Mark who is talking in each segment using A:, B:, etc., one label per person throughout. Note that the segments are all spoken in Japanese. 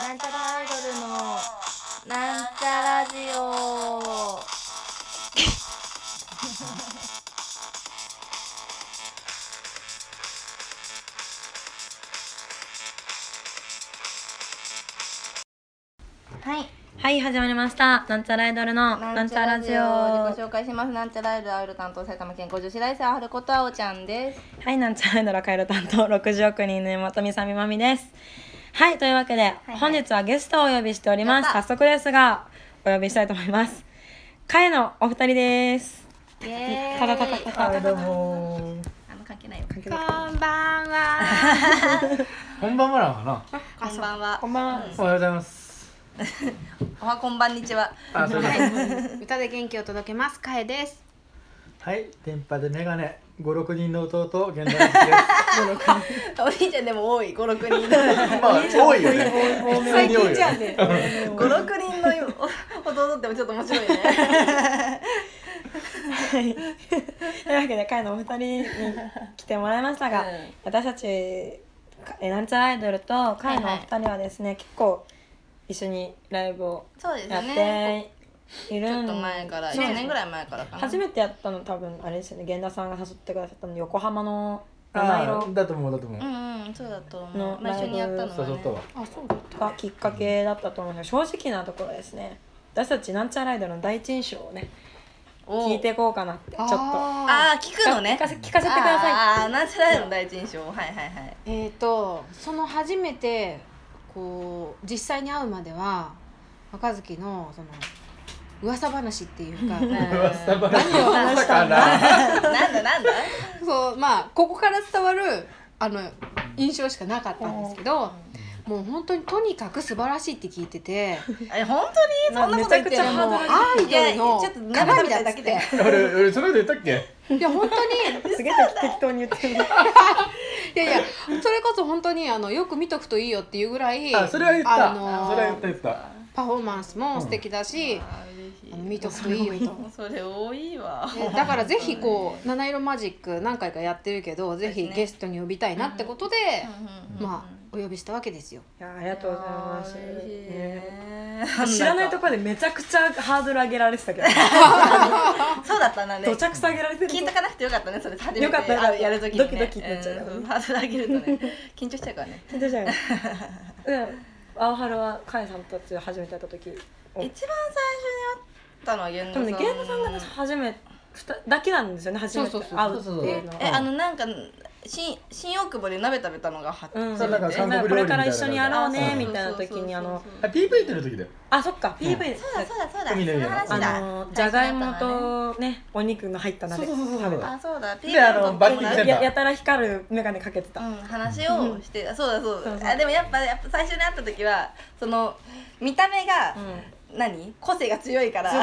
A: なんちゃらアイドルのなんちゃラジオはい
B: はい、始まりました。なんちゃらアイドルのなんちゃラジオ。
A: 自己紹介しますなんちゃらアイドルアイドル担当埼玉県50市大生はることあおちゃんです
B: はい、なんちゃらアイドル赤色担当60億人の山本美さみまみです。はい、というわけで、
A: はい
B: 本日はゲストをお呼びしております。
A: やった
B: 早速ですが、お呼びしたいと思います。かえのお二人です。
A: イエーイ
B: たたたたたた
C: はい、どうもー。
A: あの関係ないよ
B: こ ん
C: こんばんはなのかな。
A: こんばんは
B: こんばんは。
C: おはようございます。
A: おはこんばんにちは
C: あ、そうだ。
D: 歌で元気を届けますかえです
C: はい、電波でメガネ、五六人の弟、現代人です。
A: お兄ちゃんでも多い五六人の
C: まあ、多いよね。普通
A: 最
C: に多い
A: 近
C: よ
A: じゃん
C: ね。
A: ね五六人のお弟ってもちょっと面白い ね
B: はいというわけで、かえのお二人に来てもらいましたが、
A: うん
B: 私たち、かえなんちゃらアイドルとかえのお二人はですね、結構一緒にライブを
A: そうです
B: や
A: よ
B: っ
A: ね
B: て
A: ち
B: いる
A: ょ
B: ん
A: っと前から
B: そう
A: 1年ぐらい前からかな
B: 初めてやったの多分あれですよね源田さんが誘ってくださったの横浜の七
C: あ
B: 色
C: だと思う、だと思う
A: う。んうんそうだと思
B: の
A: うまあ一緒にやったの
C: そう
A: は
C: そう
A: ね
C: そうわ。
D: あそうだっ
B: がきっかけだったと思うんですけど正直なところですね私たちなんちゃらアイドルの第一印象をね
A: おう
B: 聞いていこうかなってちょっと
D: あ
A: ああ聞くのね
B: 聞かせ聞かせてください
A: ああなんちゃらの第一印象はいはいはい
D: ーえっ、とその初めてこう実際に会うまでは若月のその噂話っていう か
C: 噂話
D: 何を話したんだ
A: なん だなんだ
D: そうまあここから伝わるあの印象しかなかったんですけど、もう本当にとにかく素晴らしいって聞いてて
A: え本当にそんなこと言って
B: めちゃくちゃ
A: る
B: ハ
A: の
B: ード
D: もう
B: ル
D: アイドル
A: いやちょっと
D: の
A: 涙
D: 鏡
A: みたい
D: だった
A: だ
D: っ
A: け
D: て
A: で
C: 俺、俺、それで言ったっけ。
D: いや本当に
B: すげえ適当に言ってる
D: いやいやそれこそ本当にあのよく見とくといいよっていうぐらい
C: あ、それは言った。
D: あのー
C: それは言った、言った。
D: パフォーマンスも素敵だし、
A: あー嬉しい
D: あの見とくといいよと。
A: それ多いわ
D: ねだからぜひこう七色マジック何回かやってるけどぜひゲストに呼びたいなってことで、まあお呼びしたわけですよ。
B: いやありがとうございますね
A: あ
B: 知らないところでめちゃくちゃハードル上げられてたけ ど
A: そうだったんだね
B: 土着下げられてる
A: 聞いとかなくてよかったねそれ初めて
B: よかったよかっ
A: あ
B: た
A: やるときに、ね、
B: ドキドキってなっちゃうからね
A: んハードル上げるとね緊張しちゃうからね
B: 緊張しないうん青春はカエさんたち初めて会った時
A: 一番最初に会ったのは源
B: でも
A: 田
B: ね、
A: さん
B: 源田さんがね初めふただけなんですよね初めて
D: そうそうそう
B: 会うっていうのは
A: えあのなんか新新大久保で鍋食べたのが初
B: うん、
C: そ
B: だ
C: うなんか
B: か
C: 韓
B: ら
C: 国
B: こ
C: 料
B: れ
C: 理
B: か
C: みたいな
B: ら一緒にやろうね
C: うん
B: みたいな時にあの
A: そうそうそうそう
C: あ、PV 行ってる時だよ。
B: あそっか PV で
A: そうだそうだそうだ
C: 海の家
A: その
C: の
A: 話だ
B: あのじゃがいもとねお肉の入った鍋
C: そうそうそうそう
B: 食べた
A: あそうだピ
C: であの
A: ーマン
C: バッティング
A: と
C: センタ
B: ややたら光る眼鏡かけてた、
A: うん、話をしてた、そうだそうだ
B: そうそう
A: あでもやっぱやっぱ最初に会った時はその見た目が、
B: うん
A: 何個性が強いから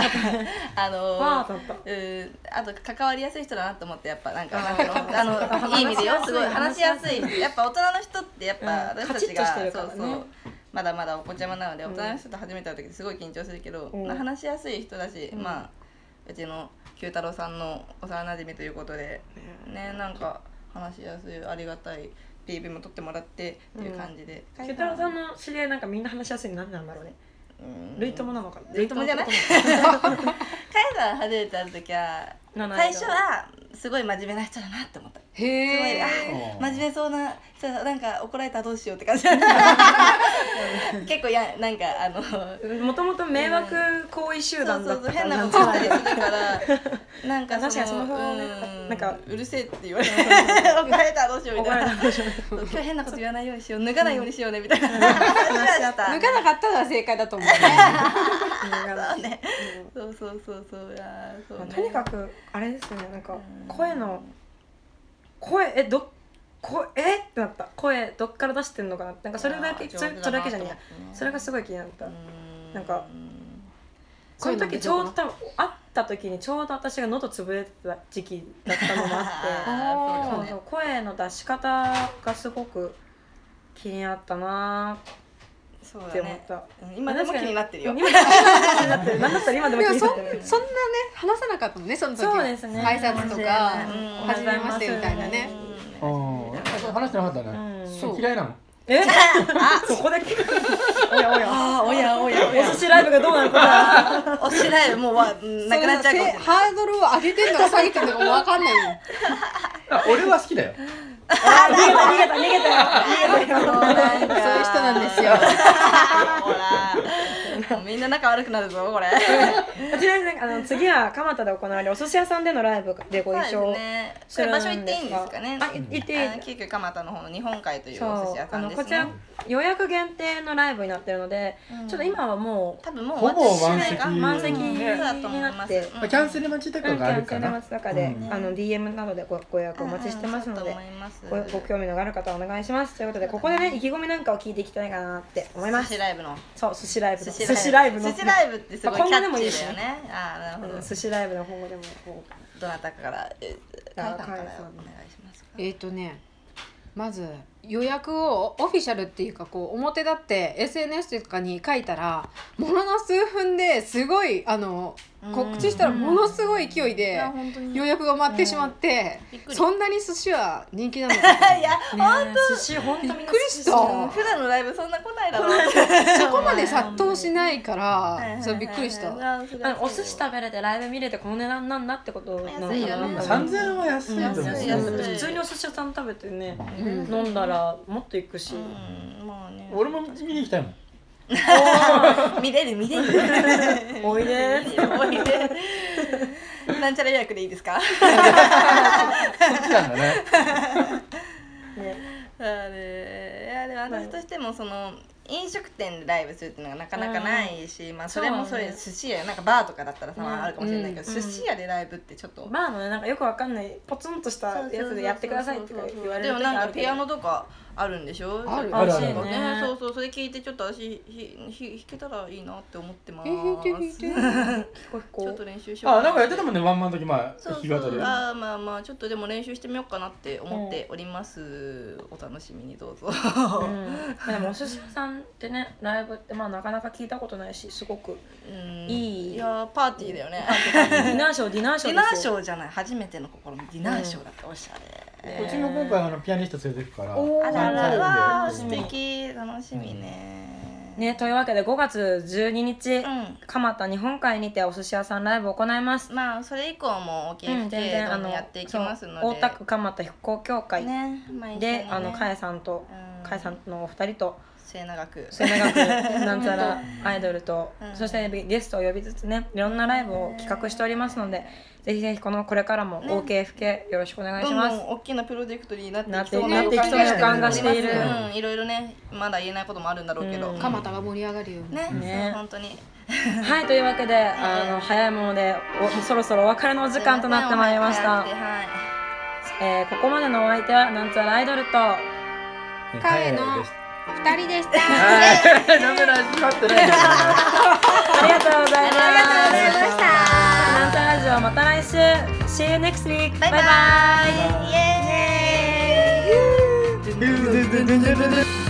A: あの
B: わーだった
A: うんあと関わりやすい人だなと思ってやっぱなんか
B: あ
A: なん
B: ー
A: かあ のいい意味でよすごい話
B: 話
A: し
B: し
A: や
B: や
A: すい人やっぱ大人の人ってやっぱ
B: うん
A: 私たち
B: カチッとして
A: が
B: る
A: そ
B: から
A: う
B: ね
A: そうまだまだお子ちゃまなので
B: う
A: 大
B: ん
A: 人の人と初めて会う時すごい緊張するけど
B: うん
A: 話しやすい人だし
B: うん
A: まあうちの九太郎さんの幼馴染ということでねなんか話しやすいありがたい PV も撮ってもらってっていう感じで。
B: ケタロさんの知り合いなんかみんな話しやすいの何なんだろうね
A: うん
B: 類友なのかな
A: 類友じゃない
B: 類
A: カエさん初めて会う時は
B: 友 なの
A: 最初はすごい真面目な人だなって思ったす
D: へ
A: ごいあ
D: え。
C: うん
A: 真面目そうな人だなんか怒られたらどうしようって 感じ結構やなんかあの
B: もともと迷惑行為集団
A: そ
B: だ
A: う
B: っ
A: そう
B: た
A: 変
B: ら
A: なことしたりするから なんか
B: 確かにその辺はね
A: うん
B: なんか
A: うるせえって言われて怒られたらどうしようみ
B: 怒
A: た
B: ら
A: い
B: れ
A: な
B: たかもしれない
A: そう今日変なこと言わないようにしよう脱がないようにしようねみたいな話はした
D: 抜かなかったのは正解だと思うね。
A: そうねそうそうそうそういやーそうね
B: とにかくあれですよねなんか声の声えど声えってなった声どっから出してんのかななんかそれだけそれそれだけじゃねえやそれがすごい気になったなんかその時ちょうど多分会った時にちょうど私が喉潰れてた時期だったのもあって
D: ー
B: そうそう声の出し方がすごく気になったな
A: そう
B: ーっ
A: だ
B: て思っ
A: ね
B: た、
A: うん今でも気になってるよ
B: 今でも気になって る何だったら今でも
D: で
B: 気
D: も
B: に
D: そ
B: なんってる
D: そんなね話さなかったのねその時は
B: そうですね
D: 挨拶とか
B: うん
D: 初めましてみたいなね。
C: うん、話してなかったね。
B: うん
D: そ う
C: 嫌いなの。
B: えそこだけ
A: おやおや
B: あ ーおやお やお
A: や
B: 寿司ライブがどうなるか
A: おしらいもうわうんなくなっちゃうかもしれな
D: その
A: い
D: せハードルを上げてんのか下げてんのかもわかんないの
C: あ俺は好きだよ
B: あー逃げた逃げた逃げた逃げた
A: そ
B: よ
A: う
D: そういう人なんですよ。
A: ほら、みんな仲悪くなるぞ、これ。
B: とりあえずなんかあの次は蒲田で行われるお寿司屋さんでのライブでご一
A: そう
B: 緒
A: ですね。これ場所行っていいんですかね。
B: あ行っていい
A: あの結局蒲田の方の日本海という
B: そ
A: お寿司
B: う
A: 屋
B: あ
A: さん
B: の
A: で
B: こ
A: す
B: ちら
A: ね。
B: 予約限定のライブになってるので、
A: うん
B: ちょっと今はも
A: 多分もう
C: ほぼ
A: 終わってしまいか
B: 満席
A: うんそうだと思います。
B: になって
C: まあキャンセル待ちと
B: う、う
C: か
B: ん、キ
C: があ
B: ャ
C: る
B: ンセ
C: か
B: ル
C: な
B: 待ちとかで、
C: うん
B: あの DM などでごご予約お待ちしてますので、
A: うんうんそうだと
B: ご
A: 思います
B: ご興味のある方はお願いしますということでここでね意気込みなんかを聞いていきたいかなって思いま
A: 寿司
B: す
A: ライブの。
B: そう寿司ライブの
A: 寿
B: 寿司
A: 司
B: ラ
A: ラ
B: イ
A: イ
B: ブ
A: ブ
B: の
A: の寿司ライブってすごいキャッチ
B: まあ今後でもいいし
A: ーだよね。ああ、なるほ
B: うん
A: ど。
B: 寿司ライブの方でもこう
A: どなたから、え
B: あ
A: カイさんからお
B: カイ
A: 願い
B: さん
A: しますか。
D: えっ、とねまず予約をオフィシャルっていうかこう表立って SNS とかに書いたらものの数分ですごいあの告知したらものすごい勢い
A: い
D: で
A: や本当に
D: 予約が待ってしまって
A: びっくり
D: そんなに寿司は人気なの か
A: いや、
B: ね寿司本当
D: びっくりした
A: うん普段のライブそんな来ないだろう。
D: そこまで殺到しないか
A: はいはいは
D: ら
A: い
D: それびっくりした。
A: あそれは
B: お寿司食べれてライブ見れてこの値段なんだってことなの
A: 安いよね
B: うん
C: 三千円は安いと思う
A: うん安い安い
B: 普通にお寿司屋さん食べてね
D: うん
B: 飲んだらもっと行くし、
A: うんまあね
C: 俺も見に行きたいもん
A: 見れ る見れる
B: おいで
A: 見れるおいでなんちゃら予約でいいですか
C: そっちなんだね
B: ね
A: あれいやでも私としてもその飲食店でライブするっていうのがなかなかないし、まあそれもそれ
B: そうね
A: 寿司屋なんかバーとかだったらさ、まああるかもしれないけど、
B: うん
A: 寿司屋でライブってちょっと、
B: バーのねなんかよくわかんないポツンとしたやつでやってくださいって言われる
A: でも
B: 時
A: なん
B: あ
A: か
B: るけ
A: ピ
B: ど
A: アノとかあるんでしょ
D: ある
C: あるある
A: なんか
B: ね
A: ねそうそうそれ聞いてちょっと私ひひ弾けたらいいなって思ってます
D: え弾いて弾いて
B: 聞こえ聞
A: ちょっ
B: こと
A: 練習しよう
C: あなんかやってたもんねワンマンの時まあ
A: そう
C: 弾き
A: そ
C: 語り
A: う
C: で
A: あーまあまあちょっとでも練習してみようかなって思っております、お楽しみにどうぞ、
B: う、うん、でもお寿司屋さんってねライブってまあなかなか聞いたことないしす ごく
A: うん
B: いい
A: いやーパーティーだよね
B: ディナーショーディナーショ
A: ディ
B: ー
A: ナ
B: で
A: ー
B: す
A: シ
B: よ
A: ョーじゃない初めての試みディナーショーだっておしゃれ、
C: うちも今回あのピアニスト連れてくから
B: おー
A: あら
B: そうなん
A: ら
B: だ
A: わー
C: そ
A: 素
C: うなんだよ
A: 敵楽しみね
B: ねというわけで5月12日、
A: うん
B: 蒲田日本海にてお寿司屋さんライブを行います、
A: まあそれ以降も
B: うん、
A: OKFK どんどんやっていきますので、
B: そう大田区蒲田復興協会で、
A: ね毎
B: あのかえ
A: す
B: さんと
A: うん
B: かえさんのお二人と
A: 末永く
B: 末 永くなんちゃらアイドルと、
A: うん
B: そしてゲストを呼びつつねいろんなライブを企画しておりますので、ぜひぜひこのこれからも
A: ね
B: OKFK よろしくお願い
A: ど
B: し
A: んど
B: ます、
A: ん大きなプロジェクトになって
B: なっ
A: いき
B: て
A: そう
B: なっていきそうな
C: 予
B: 予
C: 感
B: 感
C: が
B: が
C: し
B: してて
C: い
B: い
C: る
B: る、
A: うん、いろいろね、まだ言えないこともあるんだろうけど。
B: うん
D: 蒲田が盛り上がるように。
A: ね、
B: ね
A: そう本当に。
B: はいというわけであの早いものでおそろそろお別れのお時間となってまいりました、
A: すいせんお早くてはい
B: えーここまでのお相手はなんちゃらアイドルと
D: カエの
C: はいでし
D: 二人でした。
C: たはいダメだ閉まってない
B: ありがとうございます
A: ありがとうございました。
B: なんちゃらラジオまた来週 See you next week
A: バイバイ。イエーイ。
C: ドゥンドゥンドゥンドゥンドゥンドゥン